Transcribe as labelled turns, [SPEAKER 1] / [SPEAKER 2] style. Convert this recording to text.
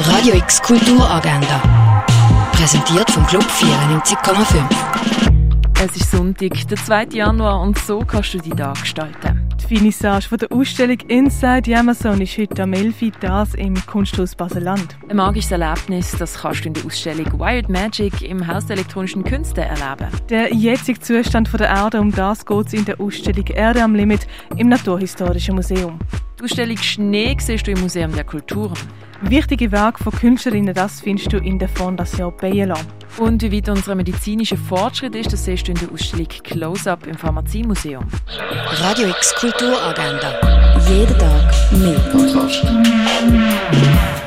[SPEAKER 1] Radio X Kulturagenda. Präsentiert vom Club 94,5.
[SPEAKER 2] Es ist Sonntag, der 2. Januar, und so kannst du die Tag gestalten.
[SPEAKER 3] Die Finissage von der Ausstellung Inside Amazon ist heute am 11. Uhr, das im Kunsthaus Basel-Land.
[SPEAKER 2] Ein magisches Erlebnis, das kannst du in der Ausstellung Wired Magic im Haus der elektronischen Künste erleben.
[SPEAKER 3] Der jetzige Zustand von der Erde, um das geht es in der Ausstellung Erde am Limit im Naturhistorischen Museum.
[SPEAKER 2] Die Ausstellung Schnee siehst du im Museum der Kulturen.
[SPEAKER 3] Wichtige Werke von Künstlerinnen, das findest du in der Fondation Bayerland.
[SPEAKER 2] Und wie weit unser medizinischer Fortschritt ist, das siehst du in der Ausstellung Close-Up im Pharmaziemuseum.
[SPEAKER 1] Radio X Kulturagenda. Jeden Tag mehr.